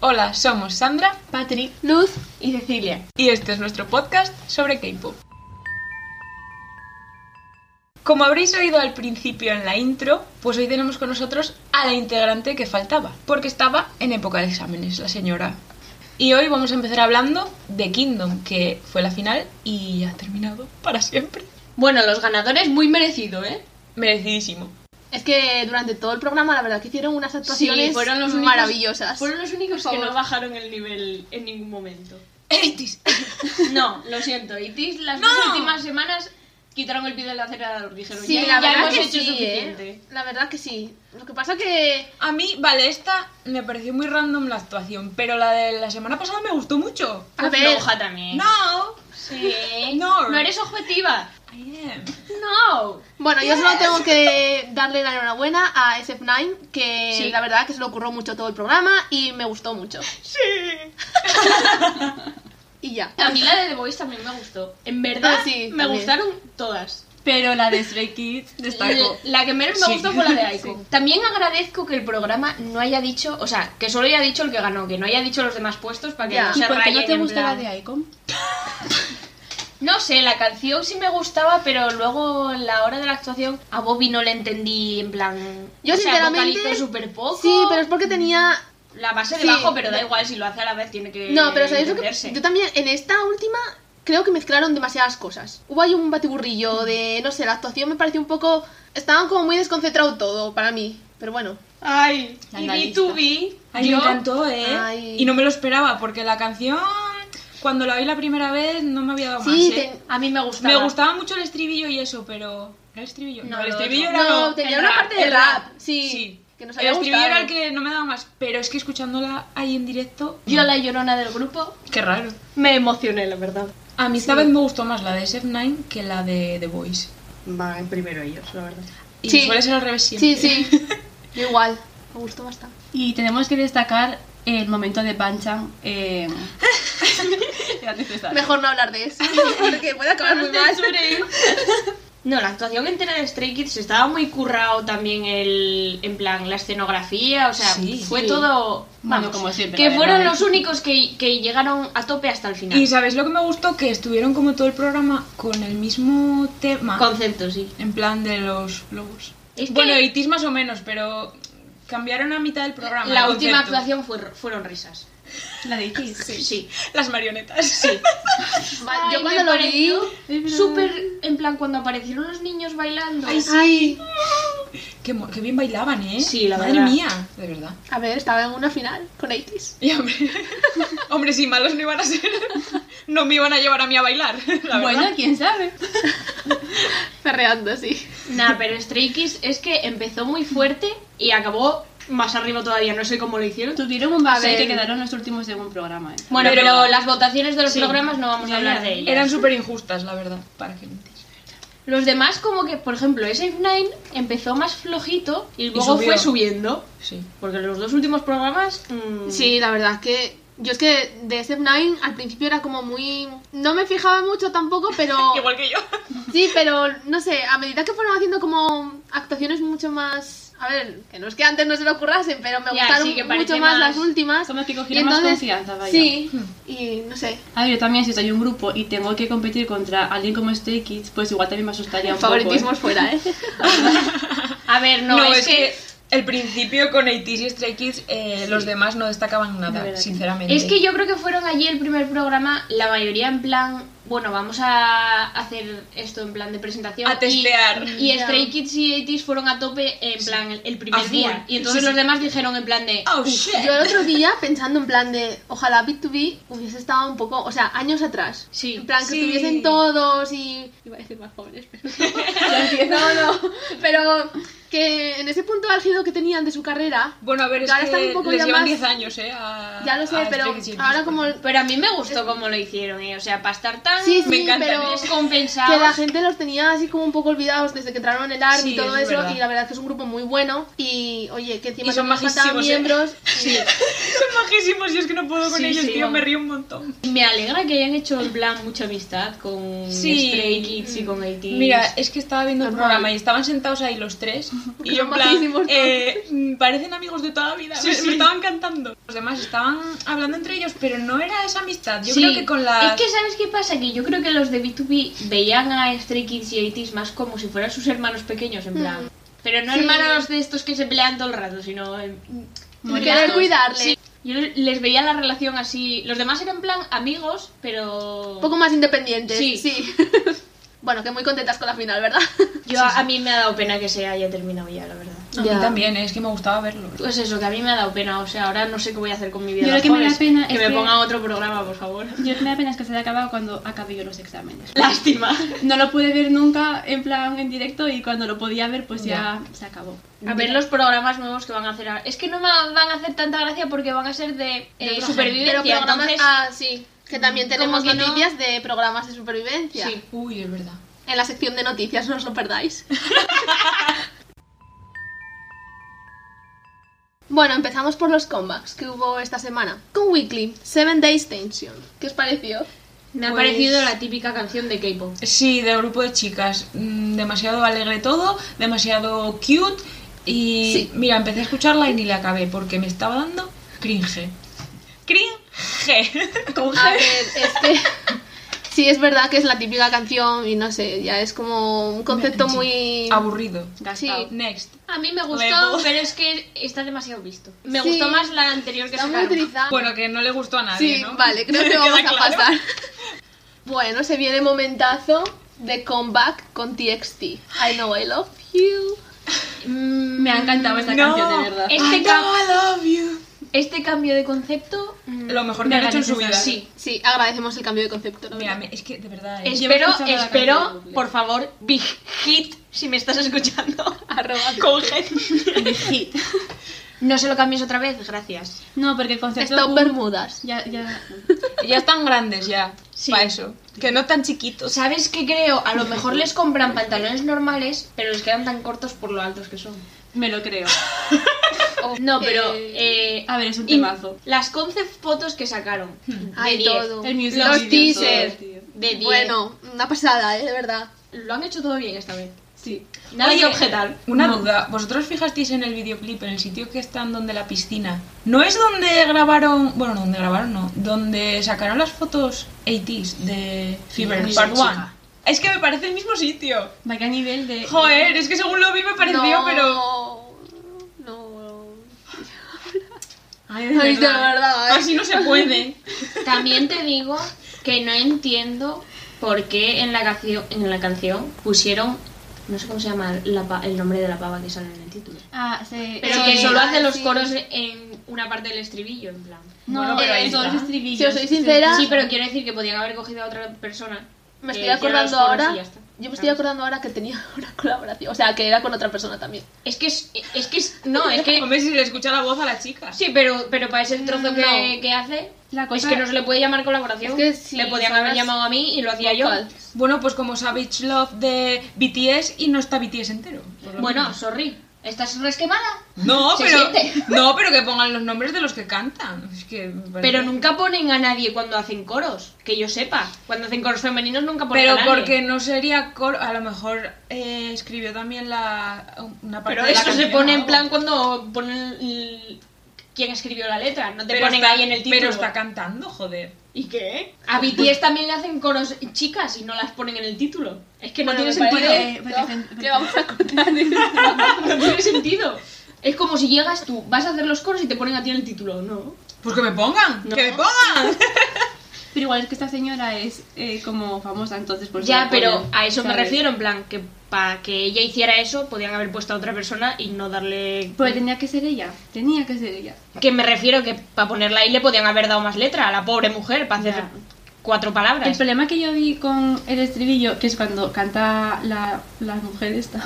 Hola, somos Sandra, Patrick Luz y Cecilia. y este es nuestro podcast sobre K-pop. Como habréis oído al principio en la intro, pues hoy tenemos con nosotros a la integrante que faltaba, porque estaba en época de exámenes, la señora. Y hoy vamos a empezar hablando de Kingdom, que fue la final y ha terminado para siempre. Bueno, los ganadores muy merecido, ¿eh? Merecidísimo. Es que durante todo el programa, la verdad, que hicieron unas actuaciones únicos- maravillosas. fueron los únicos Por que favor. no bajaron el nivel en ningún momento. ¡Eighties! No, lo siento. Y Tis, las No. dos últimas semanas quitaron el pie del acelerador. Dijeron, Sí, ya, la ya verdad hemos que hecho sí, suficiente. ¿eh? La verdad que sí. Lo que pasa que... A mí, vale, esta me pareció muy random la actuación, pero la de la semana pasada me gustó mucho. A Fue ver. floja también. No, Sí. No. No eres objetiva. I am. No. Bueno, yo solo tengo que darle la enhorabuena a SF9, que Sí. la verdad que se lo ocurrió mucho todo el programa y me gustó mucho. Sí. Y ya. A mí la de The Voice también me gustó. En verdad, Ah, sí, me también. gustaron todas. Pero la de Stray Kids destacó. L- La que menos me Sí. gustó fue la de Aiko. Sí. También agradezco que el programa no haya dicho, o sea, que solo haya dicho el que ganó, que no haya dicho los demás puestos para que no Ya. ¿Y se por qué no rayen, te en gusta la plan- de Icon? No sé, la canción sí me gustaba, pero luego en la hora de la actuación a Bobby no le entendí en plan. Yo, o sea, sinceramente, vocalizó súper poco. Sí, pero es porque tenía... La base sí. de bajo, pero da igual si lo hace a la vez tiene que. No, pero ¿sabéis lo que...? entenderse. Yo también, en esta última, creo que mezclaron demasiadas cosas. Hubo ahí un batiburrillo de... No sé, la actuación me pareció un poco... Estaban como muy desconcentrado todo, para mí. Pero bueno. Ay, La y analista. B2B. Ay, yo- me encantó, ¿eh? Ay. Y no me lo esperaba, porque la canción, cuando la oí la primera vez, no me había dado Sí, más, ¿eh? te- A mí me gustaba. Me gustaba mucho el estribillo y eso, pero... ¿Era el estribillo? No, el lo estribillo otro. era... No, lo- tenía el una rap, parte de el rap, rap, sí, Sí. que nos el había estribillo gustado. era el que no me daba más, pero es que escuchándola ahí en directo... Yo, la llorona del grupo, Qué raro. me emocioné, la verdad. A mí esta vez me gustó más la de SF9 que la de The Voice. Van primero ellos, la verdad. Y Sí. suele ser al revés siempre. Sí, sí. Yo igual. Me gustó bastante. Y tenemos que destacar el momento de Banchan. Eh... Era necesario. Mejor no hablar de eso, porque puede acabar muy mal. No, la actuación entera de Stray Kids estaba muy currado también el en plan la escenografía, o sea, Sí. fue Sí. todo Bueno, como siempre, Que la fueron verdad. los únicos que, que llegaron a tope hasta el final. Y ¿sabéis lo que me gustó? Que estuvieron como todo el programa con el mismo tema. Concepto, sí. En plan de los globos. Es que- bueno, ITIS más o menos, pero cambiaron a mitad del programa. la el última concepto. actuación fue, fueron risas. La de Kiss. Sí. Sí. Las marionetas. Sí. Va- Ay, Yo me cuando lo vi. pareció Súper, en plan, cuando aparecieron los niños bailando. Ay. Qué, mo- qué bien bailaban, ¿eh? Sí, la Madre verdad. mía, de verdad. A ver, estaba en una final con 80 Y hombre, hombre, si malos no iban a ser, no me iban a llevar a mí a bailar. La Bueno, verdad. quién sabe. Ferreando, sí. Nah, pero Stray Kids es que empezó muy fuerte y acabó más arriba todavía, no sé cómo lo hicieron. Tuvieron un base ver. que quedaron los últimos de un programa. ¿eh? Bueno, Pero- pero, las votaciones de los Sí. programas no vamos Ya, a hablar ya. de ellas. Eran súper injustas, la verdad, para que mentís. Los demás como que, por ejemplo, ese 9 empezó más flojito y luego subió. fue subiendo. Sí. Porque los dos últimos programas... mm, Sí, la verdad es que. Yo es que de Step 9 al principio era como muy. No me fijaba mucho tampoco, pero. Igual que yo. Sí, pero no sé, a medida que fueron haciendo como actuaciones mucho más. A ver, que no es que antes no se lo currasen, pero me Ya, gustaron sí, que parece mucho más- más, las últimas. Como que Y cogieron más entonces, confianza, vaya. Sí, y no sé. A ver, yo también si soy un grupo y tengo que competir contra alguien como Stray Kids, pues igual también me asustaría un Favoritismos poco. fuera, ¿eh? A ver, no, es, que... el principio con ATs y Stray Kids, eh, los demás no destacaban La nada, verdad que- sinceramente. Es que yo creo que fueron allí el primer programa, la mayoría en plan, bueno, vamos a hacer esto en plan de presentación. A y- testear. Y, Ya. Stray Kids y 80 fueron a tope en plan el- el A primer full. día. Y entonces Sí, sí. los demás dijeron en plan de... "Ah, Oh, shit. Yo el otro día pensando en plan de ojalá B2B hubiese estado un poco, o sea, años atrás. Sí. En plan que Sí. estuviesen todos y iba a decir más jóvenes, pero no, no, pero que en ese punto álgido que tenían de su carrera, Bueno, a ver, es Ahora que están un poco les ya llevan más- 10 años, ¿eh? a- ya lo sé, a pero Stray Kids y ahora Beatles. como Pero a mí me gustó como lo hicieron, ¿eh? O sea, para estar tan sí, sí, Me encanta, pero descompensados. que la gente los tenía así como un poco olvidados desde que entraron en el ARMY Sí, y todo es eso verdad. y la verdad es que es un grupo muy bueno y oye, que encima Y son también faltaban majísimos, ¿eh? miembros. y- Son majísimos y es que no puedo con Sí, ellos, sí, tío, vamos. me río un montón. Me alegra que hayan hecho en plan mucha amistad con Sí. Stray Kids y con AT. Mira, es que estaba viendo el Normal. programa y estaban sentados ahí los tres Y yo en son plan, majísimos todos. eh, mm, parecen amigos de toda la vida, Sí, me, sí. me estaban cantando. Los demás estaban hablando entre ellos, pero no era esa amistad. Yo Sí. creo que con la... Es que, ¿sabes qué pasa? Que yo creo que los de B2B veían a Stray Kids y 80 más como si fueran sus hermanos pequeños, en plan. Mm. Pero no Sí. hermanos de estos que se pelean todo el rato, sino. en- De Mm. Morados. querer cuidarle. Sí. Yo les veía la relación así. Los demás eran en plan amigos, pero. Un poco más independientes. Sí. sí. bueno, que muy contentas con la final, ¿verdad? Yo a, a mí me ha dado pena que se haya terminado ya, la verdad. A mí también, eh, es que me gustaba verlo. Pues eso, que a mí me ha dado pena. O sea, ahora no sé qué voy a hacer con mi vida. Yo lo los que me da jueves. pena que es me que- pongan otro programa, por favor. Yo me da pena es que se haya acabado cuando acabé yo los exámenes. Lástima. No lo pude ver nunca en plan en directo y cuando lo podía ver pues ya, se acabó. A ver los programas nuevos que van a hacer ahora. Es que no me van a hacer tanta gracia porque van a ser de eh, otra supervivencia. Pero programas. entonces- Ah, sí. Que también tenemos Como que no- noticias de programas de supervivencia. Sí. Uy, es verdad. En la sección de noticias, no os lo perdáis. bueno, empezamos por los comebacks que hubo esta semana. Con Weekly, Seven Days Tension. ¿Qué os pareció? Me ha Pues- parecido la típica canción de K-pop. Sí, de grupo de chicas. Mm, Demasiado alegre todo, demasiado cute. Y Sí. mira, empecé a escucharla y ni la acabé porque me estaba dando cringe. Cringe. Con A ver, es que... Sí, es verdad que es la típica canción y no sé, ya es como un concepto muy... Aburrido. Gastado. Next. A mí me gustó, Luego. pero es que está demasiado visto. Me Sí. gustó más la anterior que Está muy sacaron. utilizada. Bueno, que no le gustó a nadie. Ah. Sí, ¿no? vale, creo que Queda vamos a claro. pasar. Bueno, se viene momentazo de comeback con TXT. I know I love you. Mm, Me ha encantado esta No. canción, de verdad. Eh, I Este know cap- I love you. Este cambio de concepto. mm, Lo mejor que Me han hecho en su parece vida. esa, sí. Sí, agradecemos el cambio de concepto. la Mira, verdad. me- es que de verdad. eh. Yo me he Espero, escuchado la canción espero, doble. por favor, Big Hit, si me estás escuchando. Arroba Big Con Hit. No se lo cambies otra vez, gracias. No, porque el concepto... Stop uh, Bermudas. Ya, ya... Ya están grandes ya. Sí. Para eso. Que no tan chiquitos. ¿Sabes qué creo? A lo mejor les compran pantalones normales, pero les quedan tan cortos por lo altos que son. Me lo creo. No, pero... eh, A ver, es un in- temazo. Las concept fotos que sacaron. De Hay 10, todo. El music Los video, todo, teasers. tío. De 10. Bueno, una pasada, ¿eh? de verdad. Lo han hecho todo bien esta vez. Sí. Nada Oye, que objetar. Una No. duda, ¿vosotros fijasteis en el videoclip, en el sitio que están donde la piscina? ¿No es donde grabaron, bueno, no, donde grabaron no, donde sacaron las fotos 80s de Fever Sí, Part chica. 1? Es que me parece el mismo sitio. Vaya nivel de... Joder, es que según lo vi me pareció, no, pero... No. Ay, Ay, de verdad. verdad. ¿eh? Así no se puede. También te digo que no entiendo por qué en la, cancio- en la canción pusieron... No sé cómo se llama la pa- el nombre de la pava que sale en el título. Ah, se... Pero Sí, que solo hace los sí. coros en una parte del estribillo, en plan. No, Bueno, pero eh, ahí todos está. los estribillos. Si os soy sincera- Sí, pero quiero decir que podían haber cogido a otra persona. Me que hiciera estoy acordando los coros y ahora. ya está, Yo me estoy ¿sabes? acordando ahora que tenía una colaboración. O sea, que era con otra persona también. Es que es, es que es- no, es que Hombre, si le escucha la voz a la chica. sí, pero pero para ese trozo que, No. que hace La cosa- es que no se le puede llamar colaboración. Es que sí, le podían son haber las llamado a mí y lo hacía yo. Vocal. Bueno, pues como Savage Love de BTS y no está BTS entero. por lo Bueno, menos. sorry. ¿Estás resquemada? No, se pero... siente. No, pero que pongan los nombres de los que cantan. Es que... me parece- Pero nunca ponen a nadie cuando hacen coros, que yo sepa. Cuando hacen coros femeninos nunca ponen Pero a nadie. porque no sería coro, a lo mejor eh, escribió también la una parte Pero de la eso se canción pone o en algo. plan cuando ponen l- quién escribió la letra, no te Pero ponen está- ahí en el título. Pero está cantando, joder. ¿Y qué? A BTS también le hacen coros chicas y no las ponen en el título. Es que no Bueno, tiene me sentido. parece- No, parece gente- ¿Qué vamos a contar? No tiene sentido. Es como si llegas tú, vas a hacer los coros y te ponen a ti en el título, ¿no? Pues que me pongan, No. que me pongan. Pero igual es que esta señora es eh, como famosa, entonces Pues por eso ya, la pero ponen, a eso me ¿sabes? refiero, en plan, que para que ella hiciera eso, podían haber puesto a otra persona y no darle... Pues Pero Pues tenía que ser ella, tenía que ser ella. Que me refiero que para ponerla ahí le podían haber dado más letra a la pobre mujer, para hacer Ya. cuatro El palabras. problema que yo vi con el estribillo, que es cuando canta la, la mujer esta,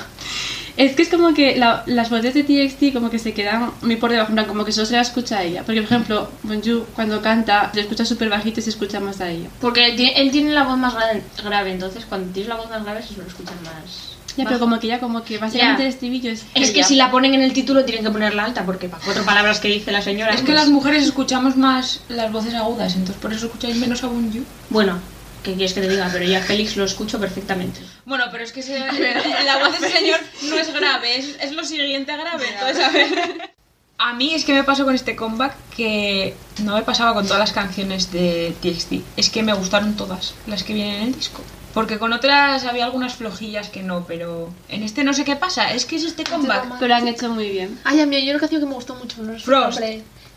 es que es como que la- las voces de TXT como que se quedan muy por debajo, en plan, como que solo se la escucha a ella. Porque, por ejemplo, Bonju cuando canta se escucha súper bajito y se escucha más a ella. Porque él tiene, él tiene la voz más gra- grave, entonces cuando tienes la voz más grave se lo escuchan más... Ya, pero bajo. como que ya, como que básicamente Ya. el estribillo es... Es que ella. si la ponen en el título tienen que ponerla alta, porque para cuatro palabras que dice la señora... Es que pues- las mujeres escuchamos más las voces agudas, entonces por eso escucháis menos a Bunyu. Bueno, ¿Qué quieres que te diga? Pero yo a Félix lo escucho perfectamente. Bueno, pero es que ese- la voz de ese señor no es grave, es, es lo siguiente a grave, entonces a ver. A mí es que me pasó con este comeback que no me pasaba con todas las canciones de TXT. Es que me gustaron todas las que vienen en el disco. Porque con otras había algunas flojillas que no, pero en este no sé qué pasa. Es que es este comeback. Pero lo han hecho muy bien. Ay, a mí hay una canción que me gustó mucho. No es Frost.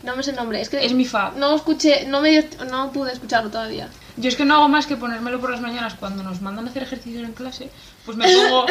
No me sé el nombre. Es que Es mi fab. no escuché, no me dio- no pude escucharlo todavía. Yo es que no hago más que ponérmelo por las mañanas cuando nos mandan a hacer ejercicio en clase. Pues me pongo,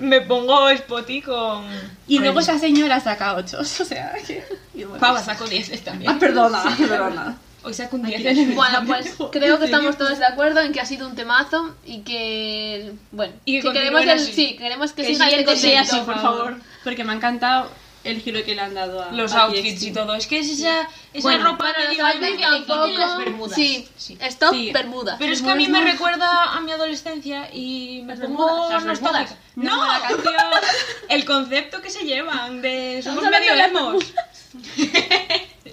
me pongo Spotty con... Y con luego el- esa señora saca 8. O sea, que. y bueno. Pava saco 10 también. Ah, perdona, perdona. Hoy saco un Aquí. 10. Bueno, pues creo que estamos todos de acuerdo en que ha sido un temazo y que. Bueno, Y que que queremos, continúen el- así. sí, queremos que, Que siga siguiente este sea concepto. así, Por favor. Porque me ha encantado el giro que le han dado a. Los a outfits TXT. y todo. Es que es esa, esa Bueno, ropa Bueno, de los digo, ay, outfits me encanta. tampoco. las bermudas. Sí, Sí. stop Sí. bermudas. Pero es que a mí me recuerda a mi adolescencia y me Las pongo bermudas, las nostálgica. bermudas. No, la canción, el concepto que se llevan de somos hablando medio de las emos.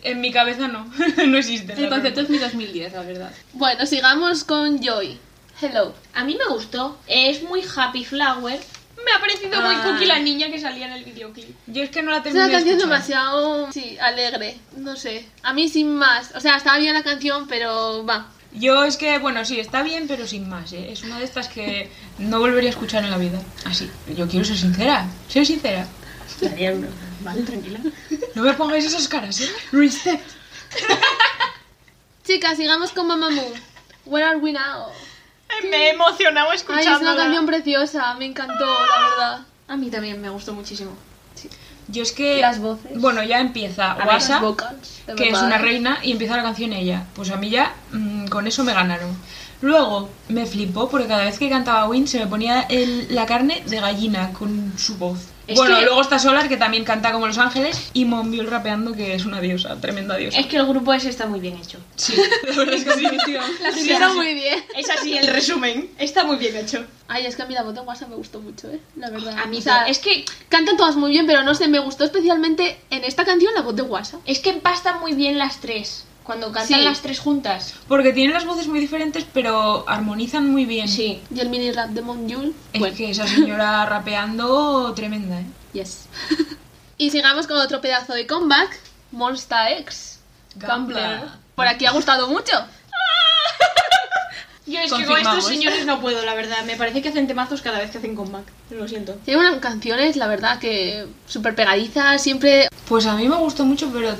en mi cabeza no, no existe. El concepto es mi 2010, la verdad. Bueno, sigamos con Joy. Hello. A mí me gustó. Es muy Happy Flower. Me ha parecido muy Ah. cookie la niña que salía en el videoclip. Yo es que no la Es tengo una canción demasiado, sí, alegre, no sé. A mí sin más, o sea, estaba bien la canción, pero va. Yo es que, bueno, sí, está bien, pero sin más, ¿eh? Es una de estas que no volvería a escuchar en la vida. Así, yo quiero ser sincera, ser sincera. Vale, tranquila. No me pongáis esas caras, ¿eh? Respect. Chicas, sigamos con Mamamoo. Where are we now? Me he emocionado Ay, es una escuchándola. canción preciosa, me encantó, la verdad. A mí también me gustó muchísimo. Yo es que... Las voces. Bueno, ya empieza A ver, Wasa, las vocals, de que es verdad. una reina, y empieza la canción ella. Pues a mí ya mm, con eso me ganaron. Luego me flipó porque cada vez que cantaba Win se me ponía el- la carne de gallina con su voz. Es bueno, que- luego está Solar, que también canta como Los Ángeles, y Monbiol rapeando, que es una diosa, tremenda diosa. Es que el grupo ese está muy bien hecho. Sí, la verdad es que sí. La hicieron muy bien. Es así el resumen. Está muy bien hecho. Ay, es que a mí la voz de Wasa me gustó mucho, eh, la verdad. A mí o sea, es que cantan todas muy bien, pero no sé, me gustó especialmente en esta canción la voz de Wasa. es que pastan muy bien las tres. Cuando cantan Sí. las tres juntas. Porque tienen las voces muy diferentes, pero armonizan muy bien. Sí. Y el mini rap de Monjul. Es que esa señora rapeando, tremenda, ¿eh? Yes. y sigamos con otro pedazo de comeback, Monsta X. Gambler. Por aquí ha gustado mucho. Yo es que con Confirmamos. estos señores no puedo, la verdad. Me parece que hacen temazos cada vez que hacen comeback. Lo siento. Tiene unas canciones, la verdad, que súper pegadizas, siempre... Pues a mí me gustó mucho, pero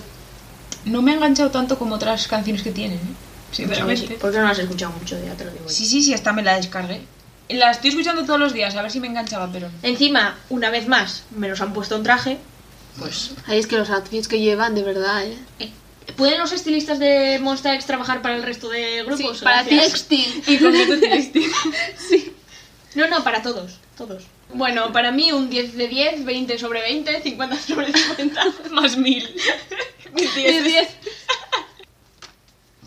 no me ha enganchado tanto como otras canciones que tienen, ¿eh? Pues Sinceramente. Porque no las he escuchado mucho, ya te lo digo. yo. Sí, sí, sí, hasta me la descargué. La estoy escuchando todos los días, a ver si me enganchaba, pero... no. Encima, una vez más, me los han puesto en traje. Pues. Ay, es que los outfits que llevan, de verdad, ¿eh? Eh, ¿Pueden los estilistas de Monsta X trabajar para el resto de Sí, grupos? para ti Gracias. TXT. No, no, para todos. Todos. Bueno, para mí un 10 de 10, 20 sobre 20, 50 sobre 50. Más mil. Mil diez.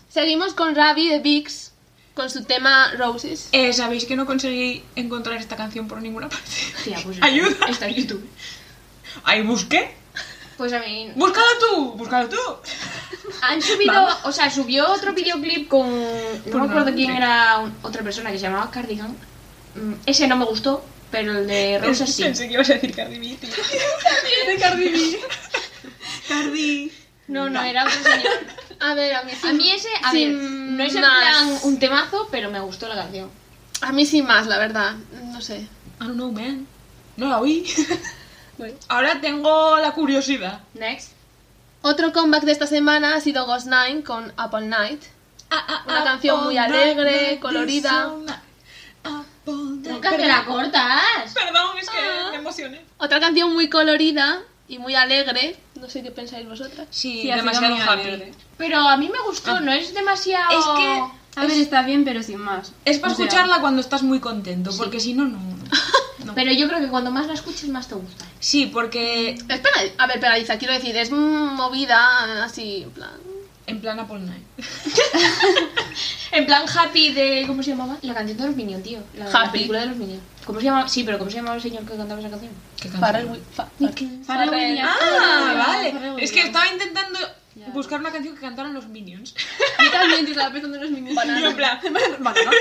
Seguimos con Ravi de Vix, con su tema Roses. Eh, Sabéis que no conseguí encontrar esta canción por ninguna parte. Hostia, pues Ayuda. Está en YouTube. Ahí busqué. Pues a mí. Búscala tú, búscala tú. Han subido. O sea, subió otro videoclip con. No Con me acuerdo Raúl. quién era un- otra persona que se llamaba Cardigan. Mm, Ese no me gustó, pero el de Rosa sí. Pensé que ibas a decir Cardi B, tío. De Cardi B. Cardi. No, no, era otro señor. A ver, a mí sí. A mí ese. A Sin ver, no es en más. plan un temazo, pero me gustó la canción. A mí sí más, la verdad. No sé. I don't know, man. No la oí. Ahora tengo la curiosidad. Next. Otro comeback de esta semana ha sido Ghost Nine con Up All Night. Ah, Una up canción all muy night, alegre, night, colorida. this all night. Up all night. Nunca te la cortas. Perdón, es que Ah. me emocioné. Otra canción muy colorida y muy alegre. No sé qué pensáis vosotras. Sí, Sí, ha sido demasiado muy happy. alegre. Pero a mí me gustó, no es demasiado. Es que A ver, está bien, pero sin más. es para O sea, escucharla cuando estás muy contento, porque si no, no. no. Pero yo creo que cuando más la escuches, más te gusta. Sí, porque Es pega- a ver, pegadiza, quiero decir, es mm, movida así, en plan. en plan Apple Night. En plan Happy de. ¿Cómo se llamaba? La canción de los Minions, tío. La, la Happy. película de los Minions. ¿Cómo se llamaba? Sí, pero ¿cómo se llamaba el señor que cantaba esa canción? ¿Qué Para canción? el. wi- fa- Para Williams. Ah, Para vale. Williams. Es que estaba intentando Ya. Buscar una canción que cantaran los Minions. Yo también te estaba pensando en los minions. Y en plan, Banana.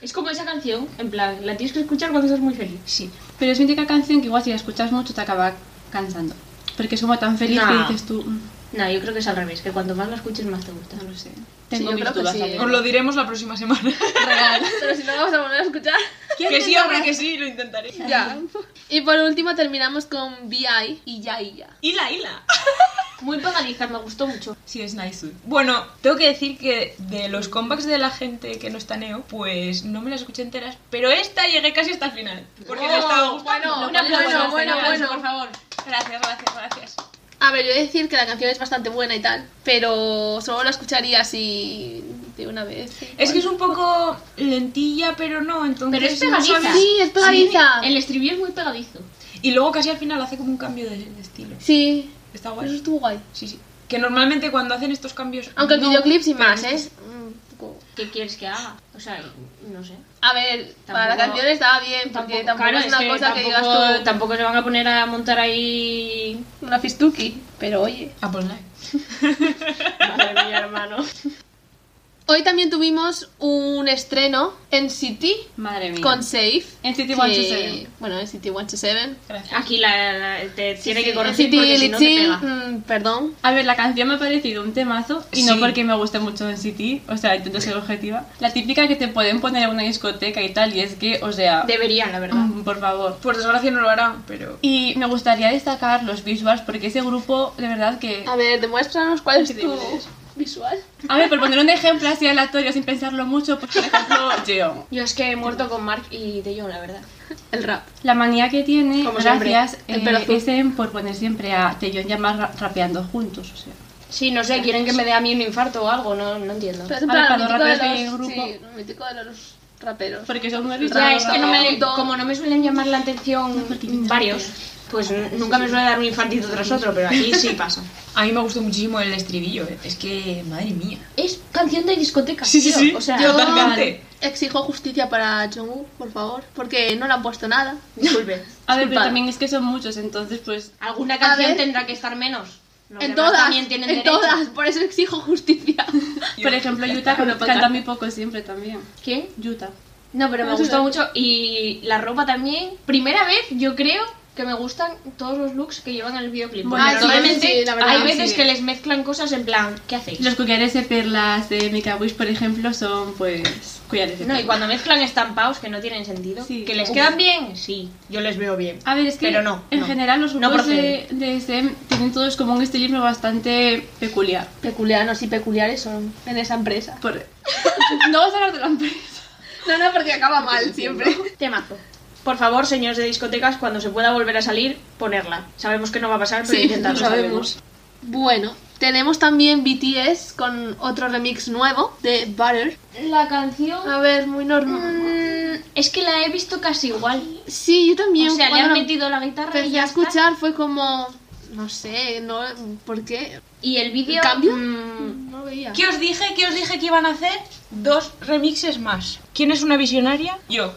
Es como esa canción, en plan, la tienes que escuchar cuando estás muy feliz. sí. Pero es mítica canción que igual si la escuchas mucho te acaba cansando. Porque es como tan feliz No. que dices tú, "Mm, No, yo creo que es al revés, que cuanto más la escuches más te gusta. no lo sé. yo Tengo creo que virtudas sí. también. Os lo diremos la próxima semana. Pero si no la vas a volver a escuchar. que sí, hombre, que sí, lo intentaré. Ya. Y por último terminamos con B.I. y ya y ya. Hila, hila. Muy pegadiza, me gustó mucho. Sí, es nice. Bueno, tengo que decir que de los comebacks de la gente que no está Neo, pues no me las escuché enteras, pero esta llegué casi hasta el final. Porque Oh, me estaba Oh, gustando. bueno, Una bueno, aplauso, bueno, señoras, bueno. por favor. Gracias, gracias, gracias. A ver, yo he de decir que la canción es bastante buena y tal, pero solo la escucharía así de una vez. Es que es un poco lentilla, pero no, entonces... Pero es no pegadiza. sabes- Sí, es pegadiza. El estribillo es muy pegadizo. Y luego casi al final hace como un cambio de, de estilo. Sí, Está eso guay. estuvo guay. Sí, sí. Que normalmente cuando hacen estos cambios... Aunque el no, videoclip sin pero más, en ¿eh? estos- Un poco- ¿Qué quieres que haga? O sea, no sé. A ver, para la Tampoco- canción estaba bien, porque tampoco, claro, es una que cosa que tampoco- digas tú. Tampoco se van a poner a montar ahí... Una fistuki, pero oye. Ah, pues nada. Madre mía, hermano. Hoy también tuvimos un estreno en City Madre mía. con Safe. NCT que- 127. Bueno, en City 127. Gracias. Aquí la, la- te tiene Sí, que en corregir City porque si no te Little, pega. mm, perdón. A ver, la canción me ha parecido un temazo Sí. y no porque me guste mucho en City, o sea, intento ser objetiva. La típica que te pueden poner en una discoteca y tal, y es que, o sea, Debería, la verdad. mm, por favor. Por desgracia no lo harán, pero... Y me gustaría destacar los visuals porque ese grupo, de verdad que. A ver, demuéstranos cuál es Sí, tu deberías. visual. A ver, por poner un ejemplo así aleatorio sin pensarlo mucho, pues, por ejemplo, Jeon. Yo es que he muerto con Mark y De Jong, la verdad. El rap. La manía que tiene, Como siempre, gracias, el eh, pelo azul. es en por poner siempre a Taeyeon y a Mar ra- rapeando juntos, o sea. Sí, no sé, quieren que me dé a mí un infarto o algo, no, no entiendo. Pero es en Ahora, plan, lo mítico cuando de rapeas de los- grupo. sí, lo mítico de los raperos. Porque son muy Ya, es que no me, Rapeando. como no me suelen llamar la atención varios, pues n- nunca me suele dar un infartito tras otro, pero aquí sí pasa. A mí me gustó muchísimo el estribillo, ¿eh? es que, madre mía. Es canción de discoteca. Sí, sí, tío, sí. O sea, Yo Totalmente. exijo justicia para Jungkook, por favor, porque no le han puesto nada. disculpe. A ver, pero Disculpad. también es que son muchos, entonces pues... Alguna ver. canción tendrá que estar menos. Los en demás todas, También tienen en derecho. todas, por eso exijo justicia. Por ejemplo, Yuta canta muy poco siempre también. ¿Quién? Yuta. No, pero me No sé. gustó mucho. Y la ropa también. Primera vez, yo creo que me gustan todos los looks que llevan en el videoclip. Bueno, Porque sí, normalmente sí, la verdad, hay veces sí. que les mezclan cosas en plan, ¿qué hacéis? Los collares de perlas de Mika Wish, por ejemplo, son pues... collares de No, perlas. y cuando mezclan estampados que no tienen sentido, Sí. que les Uf. quedan bien, sí, yo les veo bien. A ver, es que Pero no, en no. general los No grupos de, de SM tienen todos como un estilismo bastante peculiar. Peculianos y peculiares son en esa empresa. Por- no vas a hablar de la empresa. No, no, porque acaba mal siempre. Temazo. Por favor, señores de discotecas, cuando se pueda volver a salir, ponerla. Sabemos que no va a pasar, pero intentarlo. Bueno, tenemos también BTS con otro remix nuevo de Butter. La canción A ver, muy normal. mm, Ah, es que la he visto casi igual. Sí, yo también. O sea, le cuando han lo metido la guitarra Empecé y ya a está. escuchar fue como... No sé, no, ¿por qué? Y el vídeo. ¿Cambio? mm, No veía. ¿Qué os dije? ¿Qué os dije que iban a hacer? Dos remixes más. ¿Quién es una visionaria? Yo.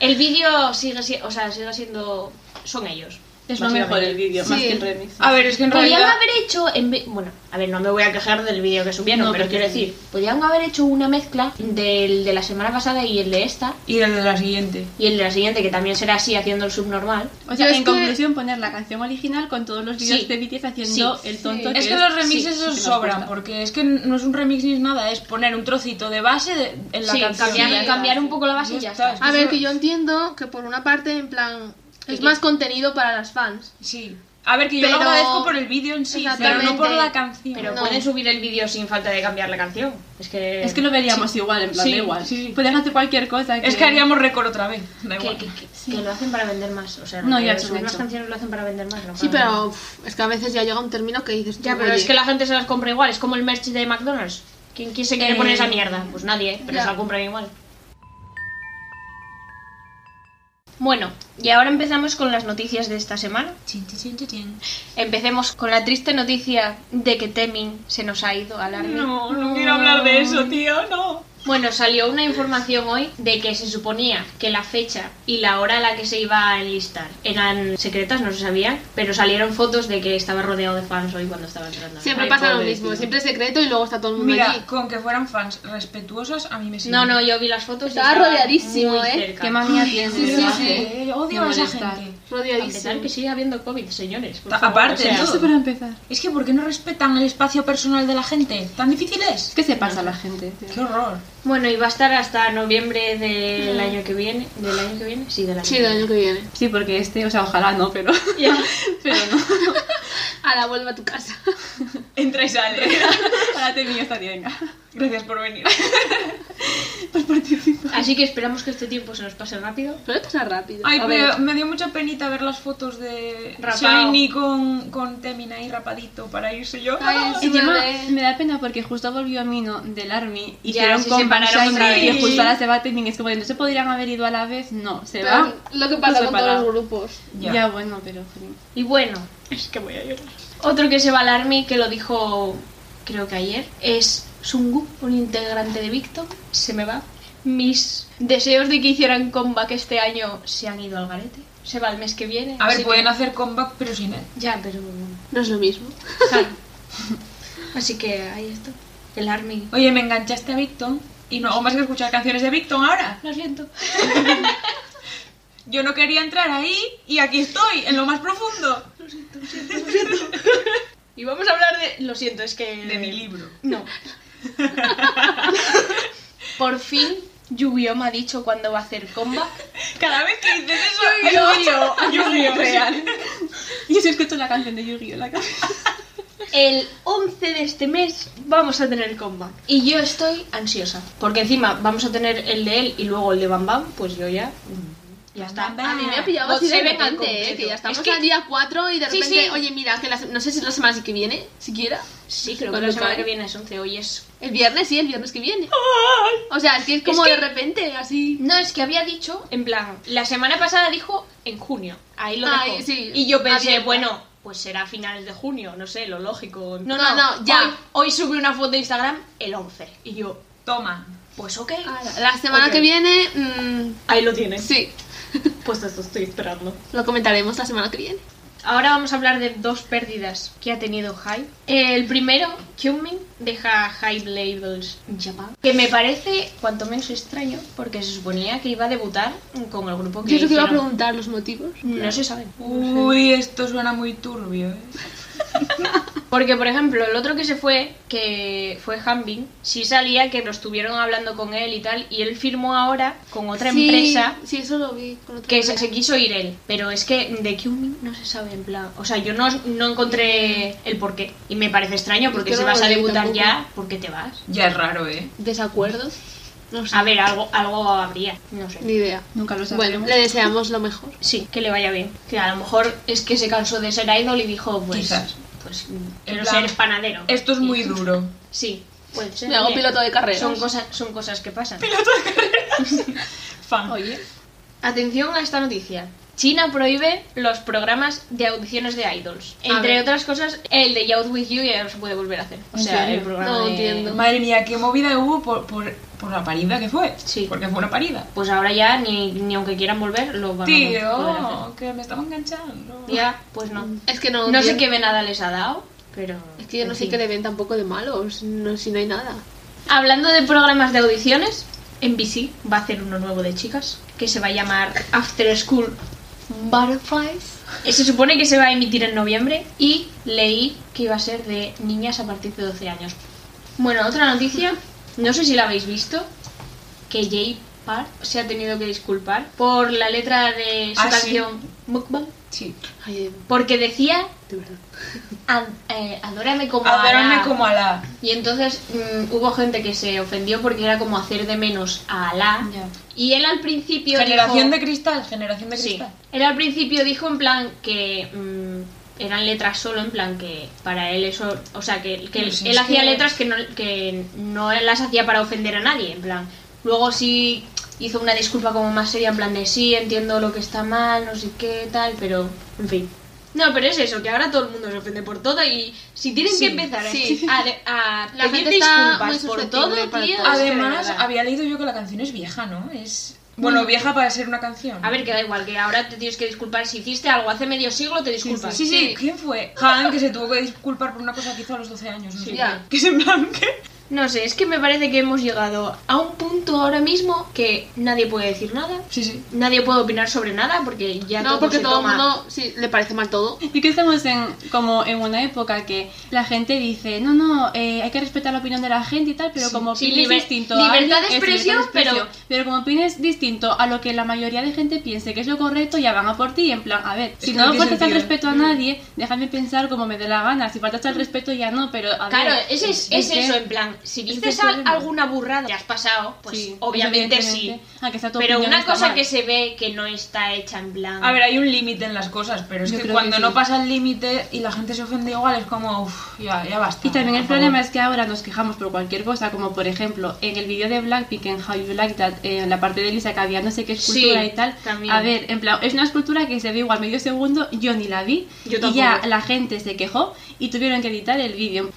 el vídeo sigue, si- o sea, sigue siendo. Son ellos. Es lo mejor el vídeo, más Sí. que el remix. A ver, es que en Podían realidad... haber hecho. En ve- Bueno, a ver, no me voy a quejar del vídeo que subieron, No, pero pero quiero sí. decir, podían haber hecho una mezcla del de la semana pasada y el de esta. Y el de la siguiente. Y el de la siguiente, que también será así, haciendo el subnormal. O sea, Yo es en que- conclusión, poner la canción original con todos los vídeos Sí. de BTS haciendo Sí. el tonto. Sí. Que Es que los remixes sí, esos sí que nos sobran, gusta. porque es que no es un remix ni es nada, es poner un trocito de base de- en la sí, canción. cambiar, Sí. cambiar un poco la base y Ya ya está. está. Ah, A ver, que yo entiendo que por una parte, en plan, es más contenido para las fans. Sí. A ver, que yo lo Pero- agradezco por el vídeo en sí, pero no Exactamente. por la canción. Pero No. pueden subir el vídeo sin falta de cambiar la canción. Es que. Es que lo veríamos igual, en plan, Sí, da igual. sí, sí. Puedes hacer cualquier cosa. Es que haríamos récord otra vez, da Que, igual. que- que- que lo hacen para vender más. O sea, No, ya que se lo subir han las hecho. canciones lo hacen para vender más. no Sí, para- pero uf, es que a veces ya llega un término que dices tú, Ah. Ya, pero oye, es que la gente se las compra igual. Es como el merch de McDonald's. ¿Quién, quién se quiere Eh, poner esa mierda? Pues nadie, pero ya. se la compran igual. Bueno, y ahora empezamos con las noticias de esta semana. Chin, chin, chin, chin, chin. Empecemos con la triste noticia de que Temin se nos ha ido al army. No, no quiero hablar de eso, tío, no. Bueno, salió una información hoy de que se suponía que la fecha y la hora a la que se iba a enlistar eran secretas, no se sabía, pero salieron fotos de que estaba rodeado de fans hoy cuando estaba entrando. Siempre Ay, pasa lo pobre mismo, tío. siempre es secreto y luego está todo el mundo allí. Mira, con que fueran fans respetuosos, a mí me sirve. No, no, yo vi las fotos. y Estaba rodeadísimo, muy ¿eh? cerca. Qué manía tienes, Sí, sí, ¿verdad? sí. Eh, Odio Me a esa gente. molesta. A pesar Rodeadísimo. que sigue habiendo COVID, señores. por Ta- favor, aparte, o sea, ¿no? Eso para empezar. Es que, ¿por qué no respetan el espacio personal de la gente? ¿Tan difícil es? Es que se pasa la gente. tío. ¡Qué horror! Bueno, y va a estar hasta noviembre del año que viene. ¿Del año que viene? Sí, del año. Sí, el año que viene. Sí, porque este, o sea, ojalá no, pero. pero no. A la vuelva a tu casa. Entra y sale. Ahora te mío esta tienda. Gracias por venir. Pues participa. Así que esperamos que este tiempo se nos pase rápido. Pero pasa rápido. Ay, A pero ver. me dio mucha penita ver las fotos de Rapao. Shiny con, con Temin ahí rapadito para irse yo. Ay, sí. Encima bebé. me da pena porque justo volvió Mino del Army y Ya, hicieron se con separaron Shiny otra vez. y justo ahora se va a Temin. Es como, ¿no se podrían haber ido a la vez? No, se Pero va. lo que pasa Pues con separado. todos los grupos. Ya. Ya. bueno, pero. jolín. Y bueno, Es que voy a llorar. otro que se va al Army, que lo dijo creo que ayer, es Sungu, un integrante de Victor. Se me va. Mis deseos de que hicieran comeback este año se han ido al garete. Se va el mes que viene. A ver, así pueden que- hacer comeback, pero sin él. Ya, pero... No es lo mismo. ja. así que ahí está. El Army. Oye, me enganchaste a Victon y no hago más que escuchar canciones de Victon ahora. Lo siento. Yo no quería entrar ahí y aquí estoy, en lo más profundo. Y vamos a hablar de... Lo siento, es que... De mi libro. No. Por fin, Yu-Gi-Oh me ha dicho cuándo va a hacer comeback. Cada vez que dices eso, yo yo real. Yo sí escucho la canción de Yu-Gi-Oh! en la cabeza. El 11 de este mes vamos a tener comeback. Y yo estoy ansiosa. Porque encima vamos a tener el de él y luego el de Bam Bam, pues yo ya... Ya está. Bam Bam. A mí me ha pillado O así de Ah, pues se ven al repente, eh, completo. que ya estamos Es que- al día 4 y de Sí, repente, sí. oye, mira, que la se- no sé si es la semana que viene, siquiera. Sí, creo que Con la lo semana cual- que viene es 11, hoy es... El viernes, sí, el viernes que viene. O sea, es que es como que- de repente, así. No, es que había dicho, en plan, la semana pasada dijo en junio. Ahí lo Ay, dejó. sí. y yo pensé, Abierta. bueno, pues será a finales de junio, no sé, lo lógico. No, No, no, ya. Hoy, hoy subí una foto de Instagram el 11. Y yo, Toma. pues ok. La semana Ok. que viene, mm, Ahí lo tienes. sí, Pues eso estoy esperando. lo comentaremos la semana que viene. Ahora vamos a hablar de dos pérdidas que ha tenido Hype. El primero, Kyunmin, deja Hype Labels Japan. Que me parece cuanto menos extraño, porque se suponía que iba a debutar con el grupo que Yo creo que iba a hicieron- preguntar los motivos. No se sabe. Uy, esto suena muy turbio, ¿eh? Porque, por ejemplo, el otro que se fue, que fue Hanbin, sí salía que nos estuvieron hablando con él y tal, y él firmó ahora con otra Sí, empresa Sí, eso lo vi con otra que se, empresa. se quiso ir él. Pero es que de Kyunmin no se sabe en plan. O sea, yo no, no encontré Mm. el porqué. Y me parece extraño porque Yo si no vas lo a vi debutar tampoco. ya, ¿por qué te vas? Ya es raro, ¿eh? Desacuerdos. No sé. A ver, algo, algo habría. No pues sé. Ni idea. Nunca lo sabremos. Bueno, le deseamos lo mejor. Sí, que le vaya bien. Que a lo mejor es que se cansó de ser idol y dijo, pues. Quizás. Pues mm, quiero plan, ser panadero. Esto es muy duro. Sí, puede ser. Me hago oye. piloto de carreras. Son cosas, son cosas que pasan. Fan. Oye, Atención a esta noticia. China prohíbe los programas de audiciones de idols. Entre ver. otras cosas, el de Youth With You ya no se puede volver a hacer. O ¿En sea, serio? el programa No de- entiendo. Madre mía, qué movida hubo por, por, por la parida que fue. Sí. Porque fue una parida. Pues ahora ya, ni, ni aunque quieran volver, lo van a poder hacer. Tío, que me estaba enganchando. Ya, pues no. Es que no. No sé bien. qué venada les ha dado, pero... Es que yo no en sé fin. qué le ven tampoco de malos. No, si no hay nada. Hablando de programas de audiciones, NBC va a hacer uno nuevo de chicas que se va a llamar After School Mm. Butterflies. Eh, Se supone que se va a emitir en noviembre y leí que iba a ser de niñas a partir de 12 años. Bueno, otra noticia, no sé si la habéis visto, que Jay Park se ha tenido que disculpar por la letra de su Ah, sí. canción Mukbang, Sí. Ay, eh, porque decía de verdad. "Ad- eh, Adórame como Adorarme Alá". como Alá. Y entonces mm, hubo gente que se ofendió porque era como hacer de menos a Alá. Ya. Y él al principio Generación de dijo... cristal, generación de Sí. cristal. Él al principio dijo en plan que mm, eran letras solo, en plan que para él eso... O sea, que, que No él, sé, él es hacía que- letras que no, que no las hacía para ofender a nadie, en plan... Luego sí hizo una disculpa como más seria, en plan de sí, entiendo lo que está mal, no sé qué, tal, pero... En fin. No, pero es eso, que ahora todo el mundo se ofende por todo y si tienen Sí, que empezar sí. a, de- a La pedir gente está disculpas muy por susceptible todo, para tío. todo. es que de Además, verdad. Mm. había leído yo que la canción es vieja, ¿no? Es. Bueno, vieja para ser una canción. a ver, que da igual, que ahora te tienes que disculpar. Si hiciste algo hace medio siglo, te disculpas. Sí, sí, ¿quién fue? Han, que se tuvo que disculpar por una cosa que hizo a los 12 años. No sé. Ya. Que es en plan que. No sé, es que me parece que hemos llegado a un punto ahora mismo que nadie puede decir nada. Sí, sí. Nadie puede opinar sobre nada porque ya No, todo porque se todo el toma- mundo sí, le parece mal todo. Y que estamos en, como en una época que la gente dice, no, no, eh, hay que respetar la opinión de la gente y tal, pero como sí, opines liber- distinto libertad de es expresión, pero- pero como opines distinto a lo que la mayoría de gente piense que es lo correcto, ya van a por ti, en plan, a ver, si que no no tiene faltas al sentido. respeto a Mm. nadie, déjame pensar como me dé la gana, si faltas al respeto ya no, pero a Claro, ver, ese es, es que- eso, en plan, si ese es dices el al- problema. alguna burrada, te has pasado, pues Sí, obviamente sí. evidentemente. Aunque sea tu Pero opinión, una está cosa mal. que se ve que no está hecha en plan... A ver, hay un límite en las cosas, pero es Yo que creo cuando que no sí. pasa el límite y la gente se ofende igual, es como, uff, ya, ya basta. Y también el Ah, por problema favor. es que ahora nos quejamos por cualquier cosa, como por ejemplo en el vídeo de Blackpink en How You Like That, eh, en la parte de Lisa que había no sé qué escultura Sí, y tal. también. A ver, en plan, es una escultura que se ve igual medio segundo, yo ni la vi. Yo y tampoco. ya la gente se quejó y tuvieron que editar el vídeo.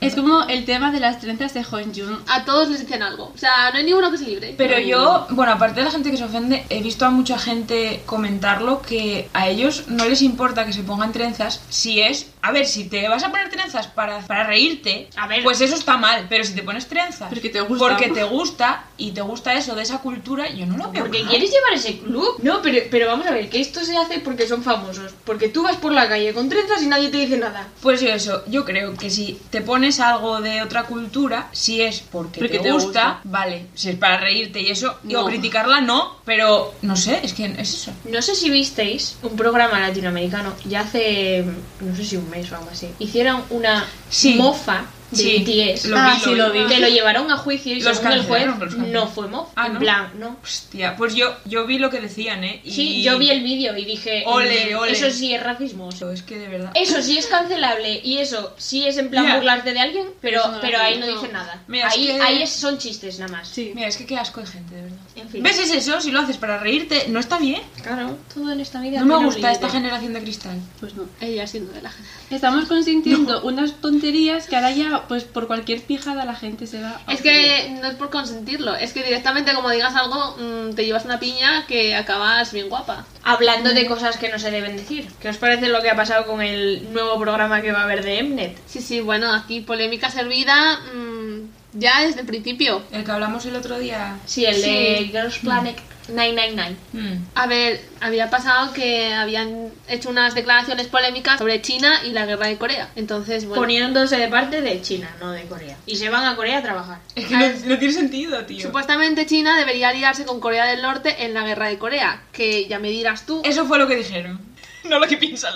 Es como el tema de las trenzas de Honjun. A todos les dicen algo. O sea, no hay ninguno que se libre. Pero yo, bueno, aparte de la gente que se ofende, he visto a mucha gente comentarlo que a ellos no les importa que se pongan trenzas si es. A ver, si te vas a poner trenzas para, para reírte, A ver. pues eso está mal, pero si te pones trenzas. Porque te gusta. Porque te gusta y te gusta eso de esa cultura, yo no lo veo. Porque mal. quieres llevar ese club. No, pero, pero vamos a ver, que esto se hace porque son famosos. Porque tú vas por la calle con trenzas y nadie te dice nada. Pues yo eso, yo creo que si te pones algo de otra cultura, si es porque, Porque te, te gusta, gusta. vale, si es para reírte y eso, y o No. criticarla no, pero no sé, es que es eso. No sé si visteis un programa latinoamericano ya hace, no sé si un mes o algo así. Hicieron una Sí. mofa de Sí, BTS. lo Ah, vi, sí, lo vi. Que lo llevaron a juicio y Los según el juez cancelaron, los no cancelaron. fue mofa. Ah, en ¿no? plan, no. Hostia, pues yo, yo vi lo que decían, ¿eh? Y- Sí, yo vi el vídeo y dije, Ole, mm, ole. eso sí es racismo. Es que de verdad... Eso sí es cancelable y eso sí es en plan Ya. burlarte de alguien, pero, Eso no lo pero ahí no creo. dicen nada. Mira, es ahí que- ahí es- son chistes nada más. Sí. Mira, es que qué asco de gente, de verdad. En fin. ¿Ves? Es eso, si lo haces para reírte, no está bien. Claro, todo en esta vida. No me tiene un gusta esta límite. generación de cristal. Pues no. Ella Eh, siendo de la gente. Estamos consintiendo unas tonterías que ahora ya, pues por cualquier pijada la gente se va a Es ofender. que no es por consentirlo, es que directamente como digas algo mm, te llevas una piña que acabas bien guapa. Hablando Mm. de cosas que no se deben decir. ¿Qué os parece lo que ha pasado con el nuevo programa que va a haber de Mnet? Sí, sí, bueno, aquí polémica servida mm, ya desde el principio. El que hablamos el otro día... Sí, el de Sí. Girls Planet 999. mm, A ver, había pasado que habían hecho unas declaraciones polémicas sobre China y la guerra de Corea. Entonces, bueno, Poniéndose de parte de China, no de Corea. Y se van a Corea a trabajar. Es que no, no tiene sentido, tío. supuestamente China debería aliarse con Corea del Norte en la guerra de Corea, que ya me dirás tú. Eso fue lo que dijeron. No lo que piensan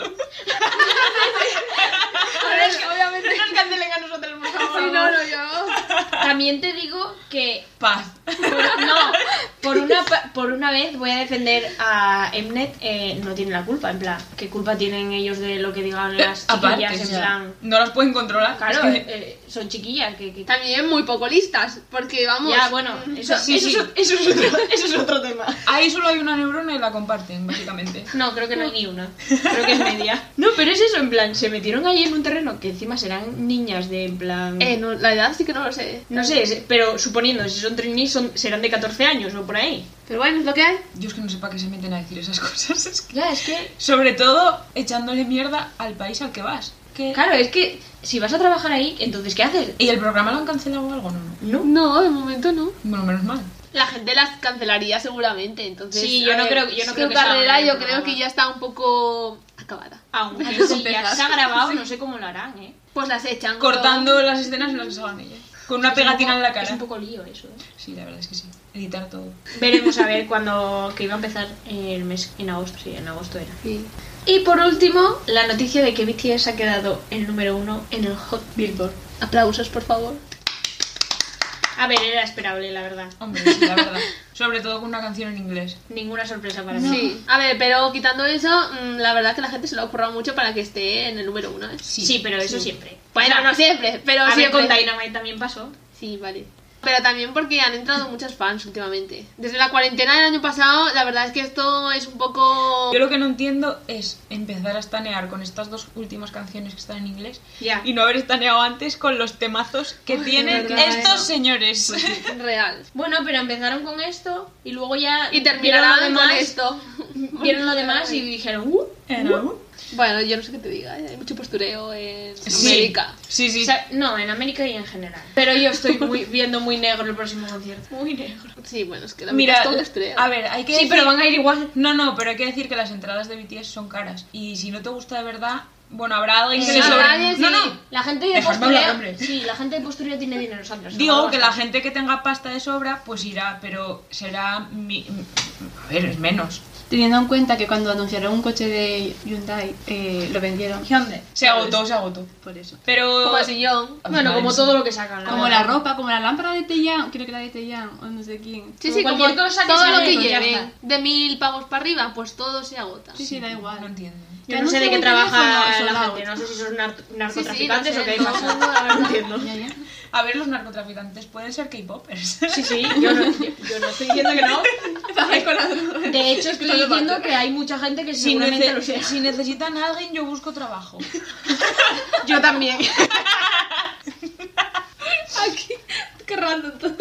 obviamente. No nos cancelen a nosotros, por favor. Sí, no, no, yo. También te digo que Paz. Por- no, por una, pa- por una vez voy a defender a Mnet, eh, no tiene la culpa, en plan, ¿qué culpa tienen ellos de lo que digan las Aparte, chiquillas? o en sea, plan, no las pueden controlar. claro, Es eh, que- eh, son chiquillas, que, que- También muy poco listas, porque vamos. Ya, bueno, eso, Sí, eso sí. es o- eso es otro, eso es otro tema. ahí solo hay una neurona y la comparten, básicamente. No, creo que no hay ni una. Creo que es media. No, pero es eso, en plan, se metieron ahí en un terreno que encima serán niñas de, en plan... Eh, no, la edad sí que no lo sé. no sé, es- pero suponiendo, si son trainees son, serán de 14 años o por ahí. Pero bueno, es lo que hay. Yo es que no sé para qué se meten a decir esas cosas. es que- Ya, es que Sobre todo echándole mierda al país al que vas. Que- Claro, es que si vas a trabajar ahí, entonces ¿qué haces? ¿Y el programa lo han cancelado o algo? No, no. No. No, de momento no. Bueno, menos mal. La gente las cancelaría seguramente, entonces. Sí, yo a no creo- yo no su creo que carrera salga en yo el creo que programa. ya está un poco acabada. Aunque Hay que si ya empezar. se ha grabado, no sé cómo lo harán, ¿eh? Pues las echan. Cortando las escenas y las que salgan ellas. Con una Es un pegatina poco- en la Es cara. un poco lío eso. ¿eh? Sí, la verdad es que sí. Editar todo. Veremos a ver cuando que iba a empezar el mes en agosto, sí, en agosto era. Sí. Y por último, la noticia de que BTS ha quedado el número uno en el Hot. Billboard. Aplausos, por favor. A ver, era esperable, la verdad. Hombre, sí, la verdad. Sobre todo con una canción en inglés. Ninguna sorpresa para mí. Sí. A ver, pero quitando eso, mm, la verdad que la gente se lo ha currado mucho para que esté en el número uno. ¿eh? Sí, pero eso siempre. Bueno, no siempre, pero a ver, siempre. con Dynamite también pasó. Sí, vale. Pero también porque han entrado muchas fans últimamente. Desde la cuarentena del año pasado, la verdad es que esto es un poco... Yo lo que no entiendo es empezar a estanear con estas dos últimas canciones que están en inglés Ya. y no haber estaneado antes con los temazos que tienen verdad, Pues estos eso. señores. Real. Bueno, pero empezaron con esto y luego ya. Y vieron terminarán lo con demás, esto. Vieron lo demás y dijeron, ¡uh! Bueno, yo no sé qué te diga, ¿eh? hay mucho postureo en Sí. América. Sí, sí. O sea, no, en América y en general. Pero yo estoy muy- viendo muy negro el próximo concierto. Muy negro. Sí, bueno, es que la Mira, América es todo postureo. a ver, hay que Sí, decir- pero van a ir igual. No, no, pero hay que decir que las entradas de BTS son caras. Y si no te gusta de verdad, bueno, habrá alguien que Sí, le sobre- habrá alguien, No, sí. no. La gente de Dejadme hablar, postureo. hombre. Sí, la gente de postureo tiene dinero, Sandra. se lo Digo va a que la gastar. gente que tenga pasta de sobra, pues irá, pero será... mi- A ver, es menos. Teniendo en cuenta que cuando anunciaron un coche de Hyundai, eh, lo vendieron. Se agotó, se agotó. Por eso. Pero... Como el sillón. Bueno, Madre, como sí. todo lo que sacan. Como la ropa, como la lámpara de Tellán, creo que era de Tellán o no sé quién. Sí, Como sí, como cualquier cosa que todo lo salga, que pues ya lleven. está. De mil pavos para arriba, pues todo se agota. Sí, sí, da igual. No entiendo. Yo no sé de qué trabaja la gente, no sé si son nar- narcotraficantes Sí, sí, o qué lo sé, pasa. no, la verdad. No entiendo. A ver, los narcotraficantes pueden ser K-popers. Sí, sí, yo no, yo- yo no estoy diciendo que no. De hecho, estoy diciendo que hay mucha gente que Si, seguramente nece- lo sea. si necesitan a alguien, yo busco trabajo. Yo también. Qué raro todo.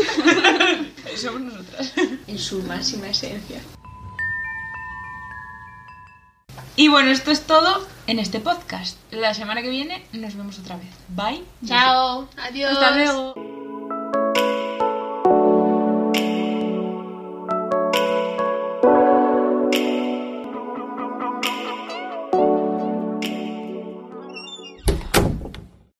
Somos nosotras. En su máxima esencia. Y bueno, esto es todo en este podcast. La semana que viene nos vemos otra vez. Bye. Chao. Adiós. Hasta luego.